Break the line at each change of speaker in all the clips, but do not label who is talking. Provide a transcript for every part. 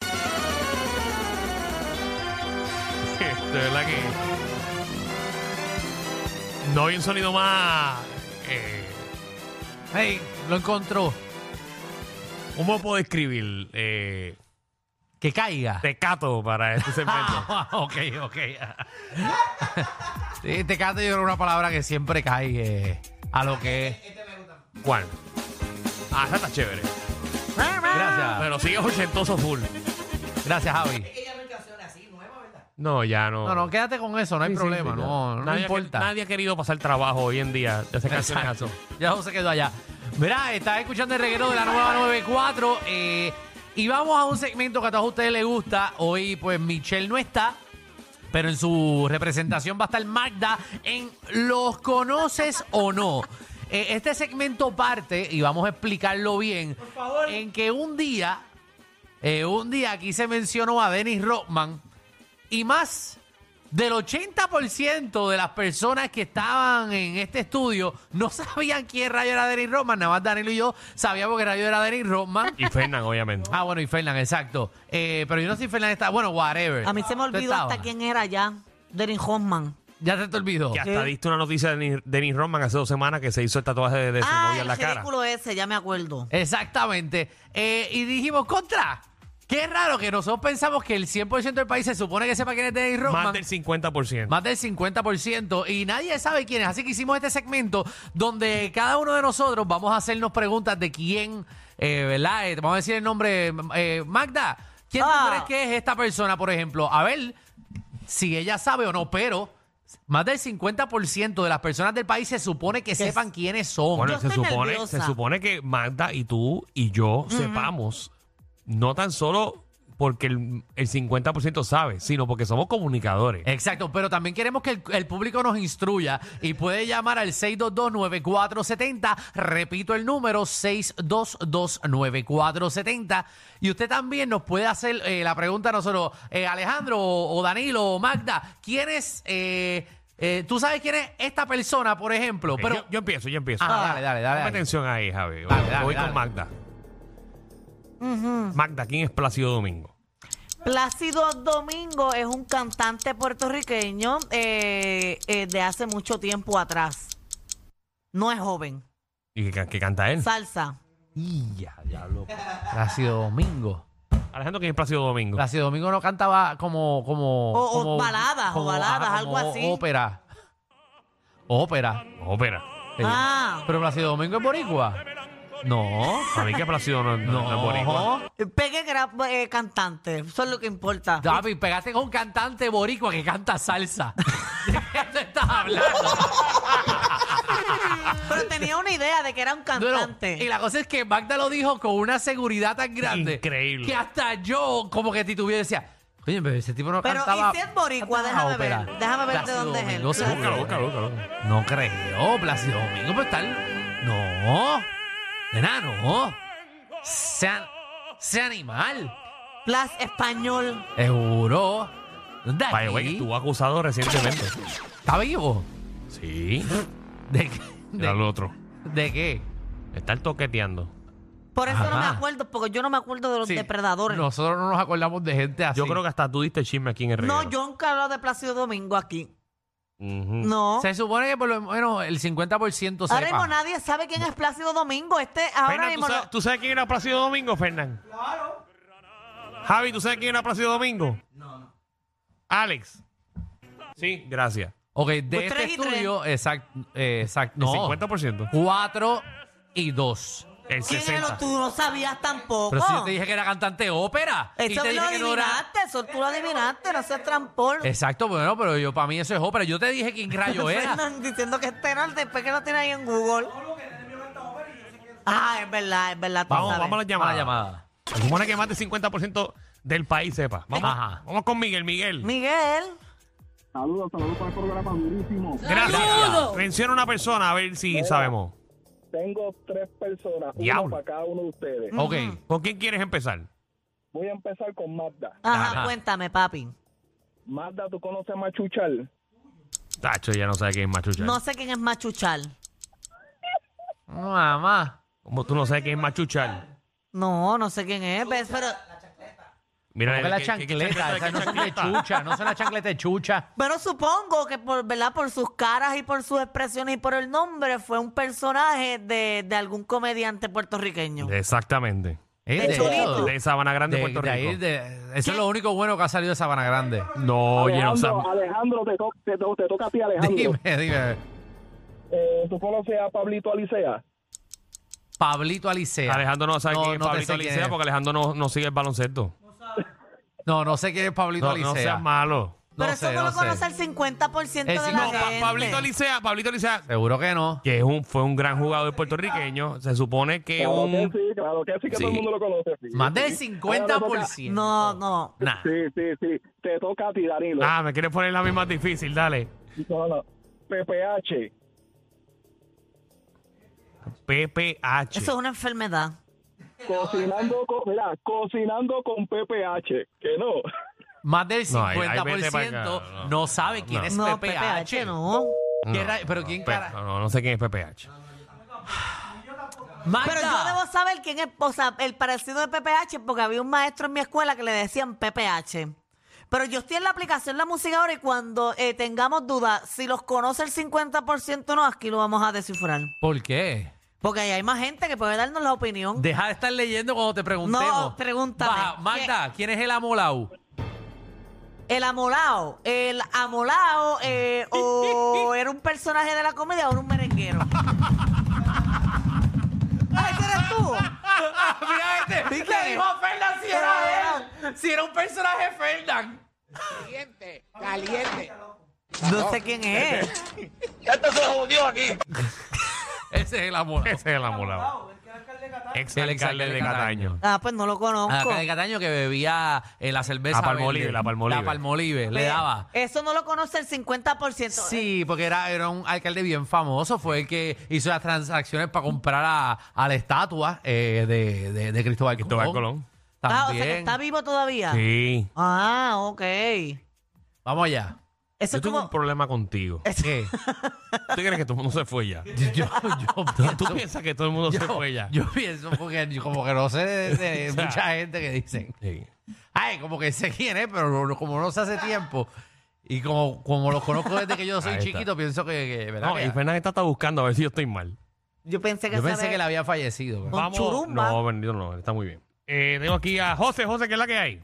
De Este, verdad que. No hay un sonido más. eh,
Hey, lo encontró.
¿Cómo puedo escribir eh,
Que caiga.
tecato para este segmento?
Ah, ok, ok. sí, te canto yo creo una palabra que siempre cae eh, a lo que es.
¿Cuál? Ah, esa está chévere.
Gracias.
Pero sigue ochentoso full.
Gracias, Javi.
No, ya no.
No, no, quédate con eso, no hay
Sí, sí,
problema,
sí,
no, no,
Nadie ha-
importa.
nadie ha querido pasar trabajo hoy en día de hacer canciones
Exacto.
así.
Ya no se quedó allá. Mirá, estás escuchando el reguero de la nueva 94. eh, y vamos a un segmento que a todos ustedes les gusta. Hoy, pues, Michelle no está. Pero en su representación va a estar Magda en Los conoces o no. Eh, este segmento parte, y vamos a explicarlo bien, en que un día, eh, un día aquí se mencionó a Dennis Rodman y más del 80% de las personas que estaban en este estudio no sabían quién rayo era Dennis Rodman. Nada más Danilo y yo sabíamos que rayo era Dennis Rodman.
Y Fernan, obviamente.
Ah, bueno, y Fernan, exacto. Eh, pero yo no sé si Fernan está... Bueno, whatever.
A mí se me
¿Tú
olvidó
estabas?
hasta quién era ya. Dennis Hoffman.
Ya se te olvidó.
Que hasta diste una noticia de Ni- Denis Roman hace dos semanas que se hizo el tatuaje de, de su
Ah,
novia en
el
la cara.
ridículo ese, ya me acuerdo.
Exactamente. Eh, y dijimos, contra. Qué raro que nosotros pensamos que el 100% del país se supone que sepa quién es Dennis Rodman.
Más del 50%.
Más del 50% y nadie sabe quién es. Así que hicimos este segmento donde cada uno de nosotros vamos a hacernos preguntas de quién, eh, ¿verdad? Eh, vamos a decir el nombre, eh, Magda. ¿Quién tú crees
Ah.
que es esta persona, por ejemplo? A ver si ella sabe o no, pero más del 50% de las personas del país se supone que sepan quiénes son.
Bueno,
Yo
se
estoy
supone,
nerviosa.
se supone que Magda y tú y yo sepamos, no tan solo porque el, el 50% sabe, sino porque somos comunicadores.
Exacto, pero también queremos que el, el público nos instruya y puede llamar al 622-9470. Repito el número, 622-9470. Y usted también nos puede hacer eh, la pregunta a nosotros, eh, Alejandro o, o Danilo o Magda, ¿quién es, eh, eh, tú sabes quién es esta persona, por ejemplo?
Ok,
Pero,
yo, yo empiezo, yo empiezo.
Ah, dale, dale, dale.
Ponme
dale.
atención ahí, Javi.
Dale,
Voy-
dale,
voy
dale.
con Magda. Magda, ¿quién es Plácido Domingo?
Plácido Domingo es un cantante puertorriqueño eh, eh, de hace mucho tiempo atrás. No es joven.
¿Y qué, ca- qué canta él?
Salsa.
Y ya, diablo.
Plácido Domingo.
Alejandro, ¿quién es Plácido Domingo?
Plácido Domingo no cantaba como... como,
O- o
como-
baladas, o baladas,
ajá,
algo
como
así.
Ópera. Ópera.
Ópera.
Sí.
Ah.
Pero Plácido Domingo es boricua. No.
A mí que Plácido no, no, no es boricua.
No.
Pegue que era eh, cantante. Eso es lo que importa.
David, pegaste con un cantante boricua que canta salsa. ¿De qué tú estás hablando?
Pero tenía una idea de que era un
Bueno,
cantante.
y la cosa es que Magda lo dijo con una seguridad tan grande.
Increíble.
Que hasta yo como que titubeé y decía, oye, pero ese tipo no
Pero,
cantaba.
¿y si es boricua?
cantaba
Déjame ver,
ópera".
déjame ver de
Plácido
dónde es él.
Domingo,
Búscalo,
seguro.
búscalo, búscalo.
No creo, Plácido Domingo, pero tal. No. Nena, no. Sea, sea animal.
Plas español.
Seguro. ¿Dónde
By the way, que estuvo acusado recientemente.
¿Está vivo?
Sí.
¿De qué?
Era
¿De,
lo otro.
de qué?
Estar toqueteando.
Por eso no me
Ajá.
acuerdo, porque yo no me acuerdo de los
Sí,
depredadores. No,
Nosotros no nos acordamos de gente así.
Yo creo que hasta tú diste chisme aquí en el reguero.
yo nunca he hablado de Plácido Domingo aquí.
Ujú.
No.
Se supone que por lo menos el 50%
Ahora mismo
sepa.
nadie sabe quién es Plácido Domingo. Este, ahora
Fernan, ¿tú,
mismo.
sabes, tú sabes quién era Plácido Domingo, Fernán? Claro. Javi, ¿tú sabes quién era Plácido Domingo? No, no. Alex. Sí, gracias.
Ok, de
Pues
este
tres y tres.
estudio, exacto. exacto
El
no,
50%.
4 y 2.
El
¿Quién era?
60.
Tú no sabías tampoco.
Pero si yo te dije que era cantante de ópera. y
Eso
te
lo
dije que no era-
adivinaste, eso tú lo adivinaste, no seas trampol.
Exacto, bueno, pero yo para mí eso es ópera. Yo te dije quién rayo era.
Fernan diciendo que este era el después que lo tiene ahí en Google. Ah, es verdad, es verdad. tú
Vamos,
sabes.
vamos a la
Mala
llamada.
llamada.
Se supone que más del 50% del país sepa. Vamos,
Ajá.
vamos con Miguel, Miguel.
Miguel.
Saludos, saludos para el programa durísimo.
gracias.
Saludos.
Menciona una persona a ver si sabemos.
Tengo tres personas,
Diablo.
uno para cada uno de ustedes.
Ok.
¿Con quién quieres empezar?
Voy a empezar con Magda.
Ajá,
Ajá.
cuéntame, papi.
Magda, ¿tú conoces a Machuchal?
Tacho, ya no sabe quién es Machuchal.
No sé quién es Machuchal.
Mamá.
Como tú no sabes quién es Machuchal.
No, no sé quién es, ¿ves? pero
Mira,
Porque la
¿qué- qué- qué
chancleta, esas no son de
chancleta?
chucha, no son las chancletas de chucha.
Bueno, supongo que por, ¿verdad? por sus caras y por sus expresiones y por el nombre fue un personaje de, de algún comediante puertorriqueño.
Exactamente.
Es
De chulito.
De Sabana Grande,
de-
Puerto
de ahí,
Rico.
de- eso es lo único bueno que ha salido de Sabana Grande.
No, oye, no
Alejandro,
sabes.
Alejandro, te, to- te to- te toca a ti, Alejandro.
Dime, dime.
Eh, ¿Tú conoces a Pablito Alicea?
Pablito Alicea.
Alejandro no sabe
eh, No,
quién es
no te
Pablito
sé quién
Alicea
es.
porque Alejandro no, no sigue el baloncesto.
No, no sé quién es Pablito
No, no
Alicea.
seas malo.
No
Pero eso
sé,
no lo
no sé.
conoce el 50%
El
de la
No,
cinco-
Pa-
gente.
Pablito Alicea, Pablito Alicea,
Seguro que no.
que es un, fue un gran jugador puertorriqueño, se supone que
Claro
un...
que sí, claro que sí, que
Sí.
todo el mundo lo conoce. sí.
Más del
Sí. Ahora
50%.
No, no.
Nah.
Sí, sí, sí. Te toca a ti, Danilo.
Ah, me quieres poner la misma difícil, dale.
No, no. PPH.
PPH.
Eso es una enfermedad.
Cocinando con, mira, cocinando con PPH. Que no.
Más del
No, ahí- ahí
50%
vete para acá,
no,
no,
sabe quién
no.
es
No,
PPH.
PPH no.
¿Qué ra- pero quién
pe-
cara-
No, no, no sé quién es PPH.
Magda.
Pero yo debo saber quién es, o sea, el parecido de PPH, porque había un maestro en mi escuela que le decían PPH. Pero yo estoy en la aplicación La Música ahora y cuando eh, tengamos dudas, si los conoce el 50% o no, aquí lo vamos a descifrar.
¿Por qué?
Porque ahí hay más gente que puede darnos la opinión.
Deja de estar leyendo cuando te preguntemos.
No, pregúntame.
Baja, Magda, ¿quién es el amolau?
El amolao. El amolao eh, o era un personaje de la comedia o era un merenguero. Ah, ¿Ese eres tú?
Mira este.
¿Y qué?
a Fernan si él. Si era un personaje Fernan.
Caliente, caliente.
No sé quién es.
Ese es el amolau.
Ese es el amolado. Ex
El exalcalde
alcalde de
de Cataño.
Cataño.
Ah, pues no lo
Ah,
conozco.
Acá de Cataño que bebía eh, la cerveza.
La Palmolive,
verde.
la Palmolive.
La Palmolive, le daba.
Eso no lo conoce el 50%.
Sí, porque era, era un alcalde bien famoso, fue el que hizo las transacciones para comprar a, a la estatua eh, de, de, de Cristóbal,
Cristóbal Colón.
Ah, o sea
También.
que está vivo todavía.
Sí.
Ah, ok.
Vamos allá.
Eso
Yo
es
tengo
como.
un problema contigo.
¿Qué?
¿Tú crees que todo el mundo se fue ya?
Yo, yo, pienso,
¿Tú piensas que todo el mundo se
yo-
fue ya?
yo pienso porque yo como que no sé de, de
O sea.
mucha gente que dicen,
Sí.
ay, como que sé quién es, pero no- como no sé hace tiempo y como, como los conozco desde que yo
Ahí
soy
está.
chiquito, pienso que, que- ¿verdad?
No,
que-
y Fernández está, está buscando a ver si yo estoy mal.
Yo pensé que
yo
esa
pensé
vez-
que le había fallecido. pero-
Con churumba.
No, bendito no, está muy bien. Eh, tengo aquí a José, José, ¿qué es la que hay?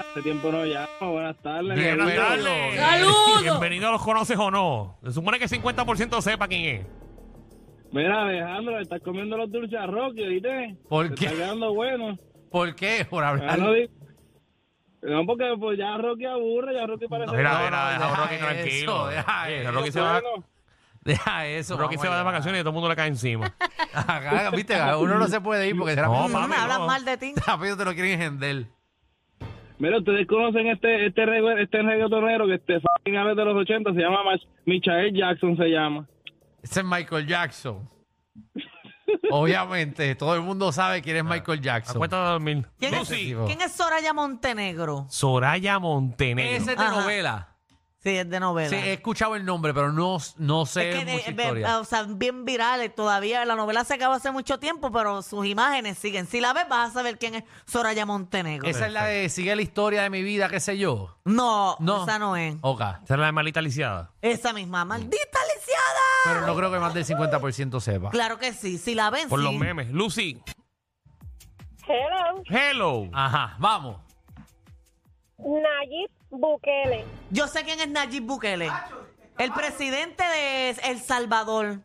Hace tiempo no llamo. Buenas tardes.
Buenas
Bienvenido.
tardes. Bienvenido a los conoces o no. Se supone que el 50% sepa quién es.
Mira, Alejandro, estás comiendo los dulces a Rocky, ¿viste?
¿Por qué?
quedando bueno. Ah,
¿Por qué? Por
Pues, Ah,
hablar.
no, porque pues ya Rocky aburre, ya Rocky parece...
Mira,
no,
mira, deja a
deja
Rocky
eso,
tranquilo.
deja
Eh,
eso.
Rocky se va,
Deja eso.
Rocky se va de vacaciones y todo el mundo le cae encima.
vacaciones. Viste, uno no se puede ir porque
No,
rápido,
papi,
Mm, hablan
no.
mal de ti.
rápido te lo quieren engender.
Mira, ustedes conocen este este regga- este reggaetonero que este fucking ave de los 80 se llama Mach- Michael Jackson se llama.
Ese es Michael Jackson. Obviamente, todo el mundo sabe quién es Michael Jackson.
Acuesta a dormir.
¿Quién es,
Lucy.
¿Quién es Soraya Montenegro?
Soraya Montenegro.
Ese es de
Ajá.
novela.
Sí, es de novela.
Sí, he escuchado el nombre, pero no, no sé
Es que de- ah,
mucha
ve-
historia.
o sea, bien virales todavía. La novela se acabó hace mucho tiempo, pero sus imágenes siguen. Si la ves, vas a saber quién es Soraya Montenegro.
Esa es la de Sigue la historia de mi vida, qué sé yo.
No,
No.
esa no es.
Ok.
Esa es la de malita lisiada.
Esa misma.
Mm.
¡Maldita lisiada!
Pero no creo que más del 50% sepa.
Claro que sí. Si la ven,
Por
sí.
los memes. Lucy. Hello. Hello.
Ajá, vamos.
Nayib Bukele.
Yo sé quién es Nayib Bukele. El presidente de El Salvador.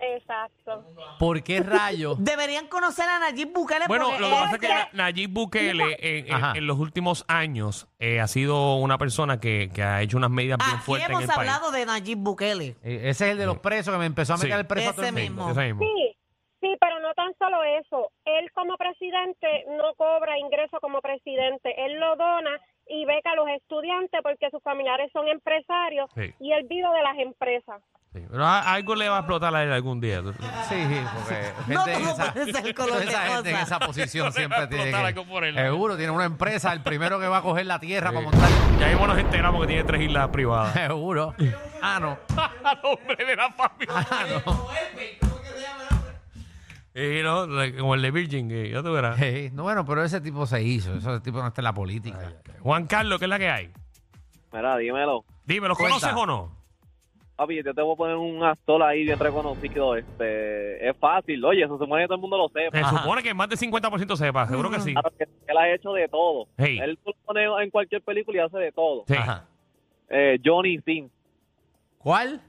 Exacto.
¿Por qué rayo?
Deberían conocer a Nayib Bukele
Bueno,
porque
lo que
él-
pasa es que Na- Nayib Bukele en, en-
Ajá.
en los últimos años eh, ha sido una persona que, que ha hecho unas medidas bien
aquí
fuertes en
hemos
el país.
hablado de Nayib Bukele.
Eh, Ese es el de los presos que me empezó a meter
Sí.
el preso a todo el
Ese
mundo.
mismo.
Eso mismo.
Sí, sí, pero no tan solo eso. Él como presidente no cobra ingreso como presidente. Él lo dona y beca a los estudiantes porque sus familiares son empresarios
Sí.
y él vive de las empresas.
Sí. Pero a- algo le va a explotar a él algún día.
Sí, sí, porque gente
No
en
todo
esa,
puede ser color
toda
de
esa gente en
rosa.
esa posición
No se va
siempre
a
tiene
explotar
que,
algo por él.
seguro tiene una empresa, el primero que va a coger la tierra
Sí.
para montar,
Ya mismo nos enteramos que tiene tres islas privadas.
seguro. Ah, no.
Al hombre de la familia.
Ah, no.
Eh, no, like, como el de Virgin, eh, ya tú verás.
Eh, no, bueno, pero ese tipo se hizo. Ese tipo no está en la
Ah,
política.
Juan Carlos, ¿qué es la que hay?
Mira, dímelo.
Dime, ¿los
Cuenta.
conoces o no?
Papi, yo te voy a poner un actor ahí bien reconocido. Este, es fácil. Oye, eso se mueve todo el mundo lo
Se
sepa.
supone que más del 50% sepa, seguro que sí.
Claro que él ha hecho de todo.
Hey.
Él lo pone en cualquier película y hace de todo.
Sí.
Ajá.
Eh, Johnny Sins.
¿Cuál?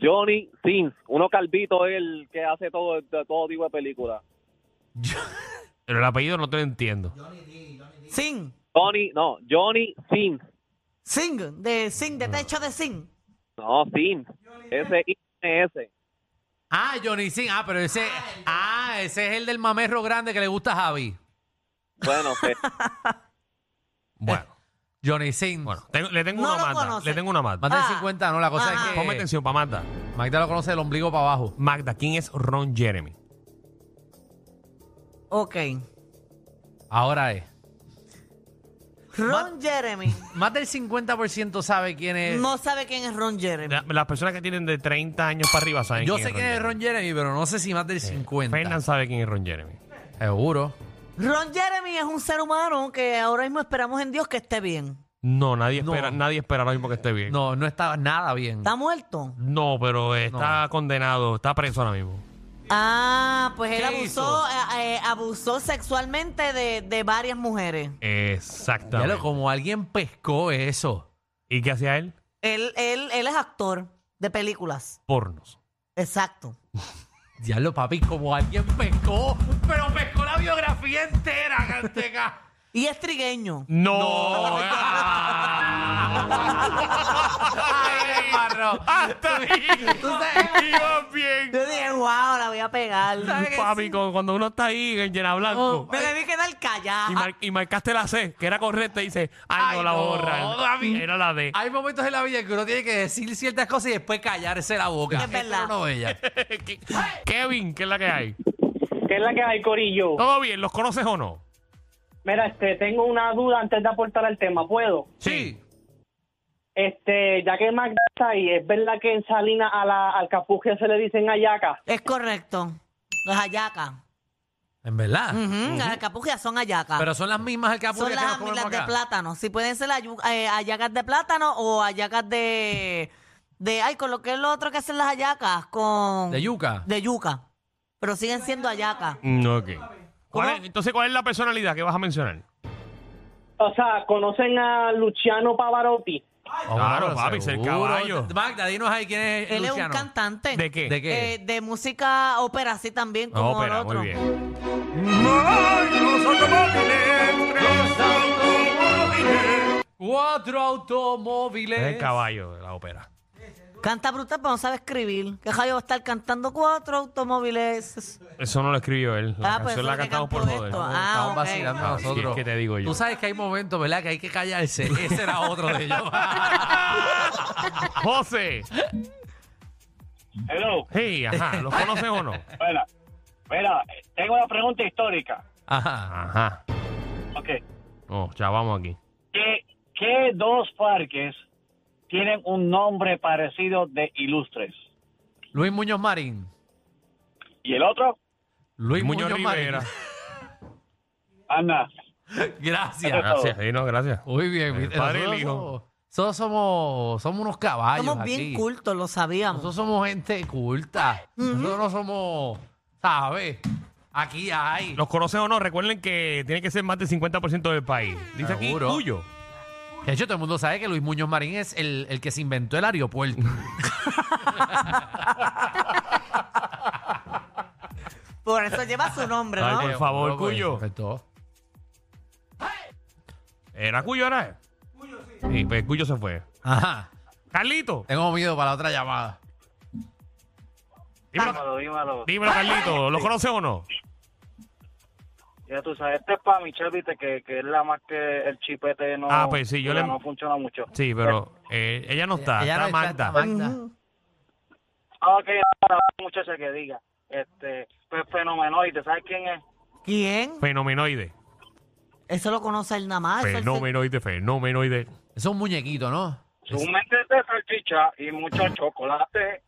Johnny Sins. Uno calvito el que hace todo, de todo tipo de película.
Pero el apellido no te lo entiendo.
Sing.
Johnny, no, Johnny Sins.
Sing. De Sing,
Ah.
de techo de Sing.
No, Sins. S-I-N-S.
Ah, Johnny Sin. Ah, pero ese. Ah, ese es el del mamerro grande que le gusta a Javi.
Bueno, pues, sí.
Bueno,
Johnny Sin.
tengo- le tengo
No
una
lo
Magda.
conoce.
Le tengo una Magda.
Más de
Ah.
50, no. La cosa
Ajá.
es que.
Ponme atención para Magda.
Magda lo conoce del ombligo para abajo.
Magda, ¿quién es Ron Jeremy?
Ok.
Ahora es.
Ron Jeremy.
Más del 50% sabe quién es.
No sabe quién es Ron Jeremy.
La- las personas que tienen de 30 años para arriba saben
Yo
quién
sé quién es Ron Jeremy, pero no sé si más del 50.
Fernan sabe quién es Ron Jeremy.
Seguro.
Ron Jeremy es un ser humano que ahora mismo esperamos en Dios que esté bien.
No, nadie
No.
espera, nadie espera ahora mismo que esté bien. No,
No, no estaba nada bien.
¿Está muerto?
pero está condenado, está preso ahora mismo.
Ah, pues él
¿Qué
abusó, eh, eh, abusó sexualmente de, de varias mujeres.
Ya
Exactamente.
lo, como alguien pescó eso.
¿Y qué hacía él?
Él, él, él es actor de películas.
Pornos.
Exacto.
Diablo, papi, como alguien pescó, pero pescó la biografía entera, canteca.
Y es trigueño.
No. Ay,
Ay, hermano.
Hasta ahí.
Tú sabes-
Ibas bien.
Yo dije, wow, la voy a pegar.
¿Sabes qué?
Papi, con- cuando uno está ahí en llena blanco
Oh.
Me debí quedar callada.
y, mar- y marcaste la C, que era correcta, y dice, ay,
Ay,
no la
no,
borra.
papi.
Era la D.
Hay momentos en la vida que uno tiene que decir ciertas cosas y después callarse la boca.
Es
Esta
verdad.
era una novela.
Kevin, ¿qué es la que hay?
¿Qué es la que hay, Corillo?
¿Todo bien? ¿Los conoces o no?
Mira, este, tengo una duda antes de aportar al tema. ¿Puedo?
Sí.
Este, ya que Magda está ahí, ¿es verdad que en Salina a la, al capuje se le dicen ayaca?
Es correcto. Los ayacas.
En verdad.
Ujú, Las alcapujas son ayacas.
Pero son las mismas
Mm. son
alcapurrias Ah, que
las
nos
amigas
comemos
de
acá.
plátano. Si pueden ser ayu- eh, ayacas de plátano o ayacas de. de ay, con lo que es lo otro que hacen las ayacas. Con.
De yuca.
de yuca. Pero siguen siendo ayacas.
ok. ¿Cuál es- entonces, ¿cuál es la personalidad que vas a mencionar?
O sea, ¿conocen a Luciano Pavarotti?
Claro, papi, es el
seguro.
caballo.
Magda, dinos ahí quién es
Él es un
Luciano.
cantante.
¿De qué?
¿De qué?
Eh, de música ópera, sí, también, como el
Ópera,
otro.
muy bien.
Cuatro automóviles.
Es el caballo de la ópera.
Canta brutal, pero no sabe escribir. Que Jairo va a estar cantando cuatro automóviles.
Eso no lo escribió él. La
Ah, pues
canción la
eso es lo que
cantamos por
cantó
joder.
esto. Ah,
Estamos
ok.
vacilando
Ah,
nosotros.
sí, es que te digo yo.
Tú sabes que hay momentos, ¿verdad? Que hay que callarse. Ese era otro de ellos.
José.
Hello,
Hey, ajá. ¿Los conoces o no?
mira, mira, tengo una pregunta histórica.
Ajá.
Ajá.
Ok,
Oh, ya vamos aquí.
¿qué, qué dos parques tienen un nombre parecido de ilustres?
Luis Muñoz Marín.
¿Y el otro?
Luis
Muñoz Rivera.
Ana,
Marín. Gracias.
Gracias. Sí, no, gracias.
Muy bien.
El
viste,
padre y el
nosotros
hijo.
somos- Nosotros somos, somos unos caballos.
Somos bien
aquí.
cultos, lo sabíamos.
Nosotros somos gente culta. Nosotros no somos, ¿sabes? Aquí hay.
¿Los conoces o no? Recuerden que tiene que ser más del 50% del país. Dice aquí
Seguro.
tuyo.
De hecho, todo el mundo sabe que Luis Muñoz Marín es el, el que se inventó el aeropuerto.
Por eso lleva su nombre,
Ay,
¿no?
por favor,
Seguro, pues,
Cuyo.
perfecto.
¿Era Cuyo, era? Cuyo, sí. Sí, pues Cuyo se fue.
Ajá.
Carlito.
Tengo miedo para la otra llamada.
Dímelo,
Ah.
dímelo, dímelo.
dímelo, Carlito. ¿Los conoces o no?
Ya tú sabes, este es para Michelle, viste, que, que es la más que el chipete no,
Ah, pues sí, yo le-
no funciona mucho.
Sí, pero eh, ella no está.
Ella
está
no
Magda.
está, Magda.
Ah, ok, ahora muchacha que diga. Este, pues fenomenoide, ¿sabes quién es?
¿Quién?
Fenomenoide.
Ah,
Eso lo conoce él nada más. eso él se-
Fenomenoide, fenomenoide.
Es un muñequito, ¿no?
Su mente es de salchicha y mucho chocolate.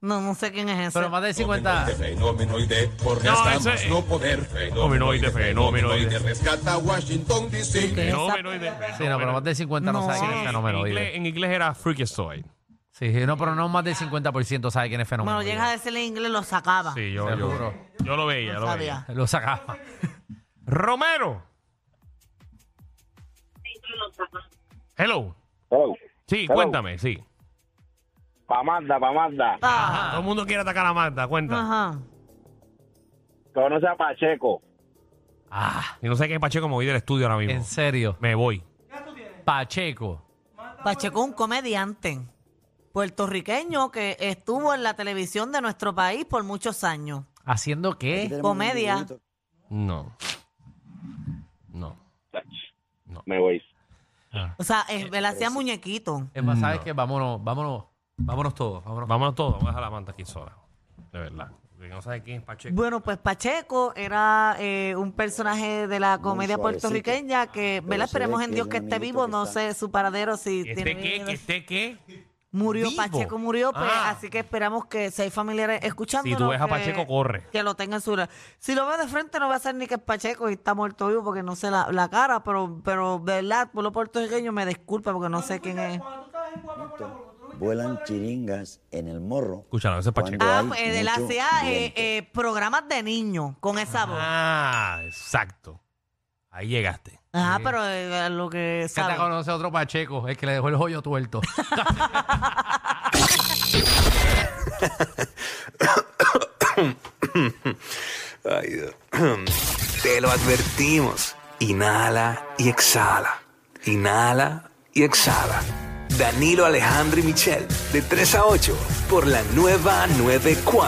No, no sé quién es ese.
Pero más de 50.
Fenomenoide, porque
No,
hasta
ese-
más no poder.
Fenomenoide, fenomenoide.
Rescata Washington DC.
¿Qué es esa-
Fenomenoide.
Sí, no, pero más de 50 no,
No.
sabe quién es
En inglés,
fenomenoide.
en inglés era Freakazoid.
Sí, sí, no, pero no más del 50% sabe quién es
Me lo
fenomenoide.
llegas a decirle en inglés, lo sacaba.
Sí, yo, yo,
Seguro.
yo lo veía,
no
lo veía.
sabía.
Lo sacaba.
Romero. Hello.
Hello.
Sí, cuéntame, sí.
Oh, Pa' Magda, pa' Magda.
Ah,
Todo el mundo quiere atacar a Magda, cuenta.
Ajá.
Conoce a Pacheco.
Ah,
Y no sé qué Pacheco me voy del estudio ahora mismo.
en serio.
Me voy.
Pacheco.
Pacheco es un comediante puertorriqueño que estuvo en la televisión de nuestro país por muchos años.
¿Haciendo qué?
Comedia.
No. No.
Me voy.
O sea, eh, él hacía muñequito.
Es más, ¿sabes qué? Vámonos, vámonos. Vámonos todos. Vámonos.
Vámonos todos, vamos a dejar la manta aquí sola. De verdad. Porque no sabe quién es Pacheco.
Bueno, pues Pacheco era eh, un personaje de la comedia puertorriqueña que, ¿verdad? Esperemos en Dios que esté vivo, no sé su paradero si
¿Que
tiene
esté ¿Este qué?
vida.
¿Que esté qué?
Murió,
vivo?
Pacheco murió, pues,
Ah.
así que esperamos que si hay familiares escuchando.
Si tú ves a Pacheco, corre.
Que lo tenga en su... Si lo veo de frente no va a ser ni que es Pacheco y está muerto vivo porque no sé la, la cara, pero, pero verdad, por lo puertorriqueño me disculpa porque no sé quién es.
Vuelan chiringas en el morro.
Escúchalo, ese es Pacheco.
Ah,
hay
pues, él
mucho
hacía eh, eh, programas de niños con esa voz. Ah,
Ah, exacto. Ahí llegaste.
pero eh, lo que
Que te
sabe.
conoce otro Pacheco, el que le dejó el hoyo tuerto.
Ay, Dios. Te lo advertimos. Inhala y exhala. Inhala y exhala. Danilo Alejandro y Michel, de 3 a 8, por la nueva 94.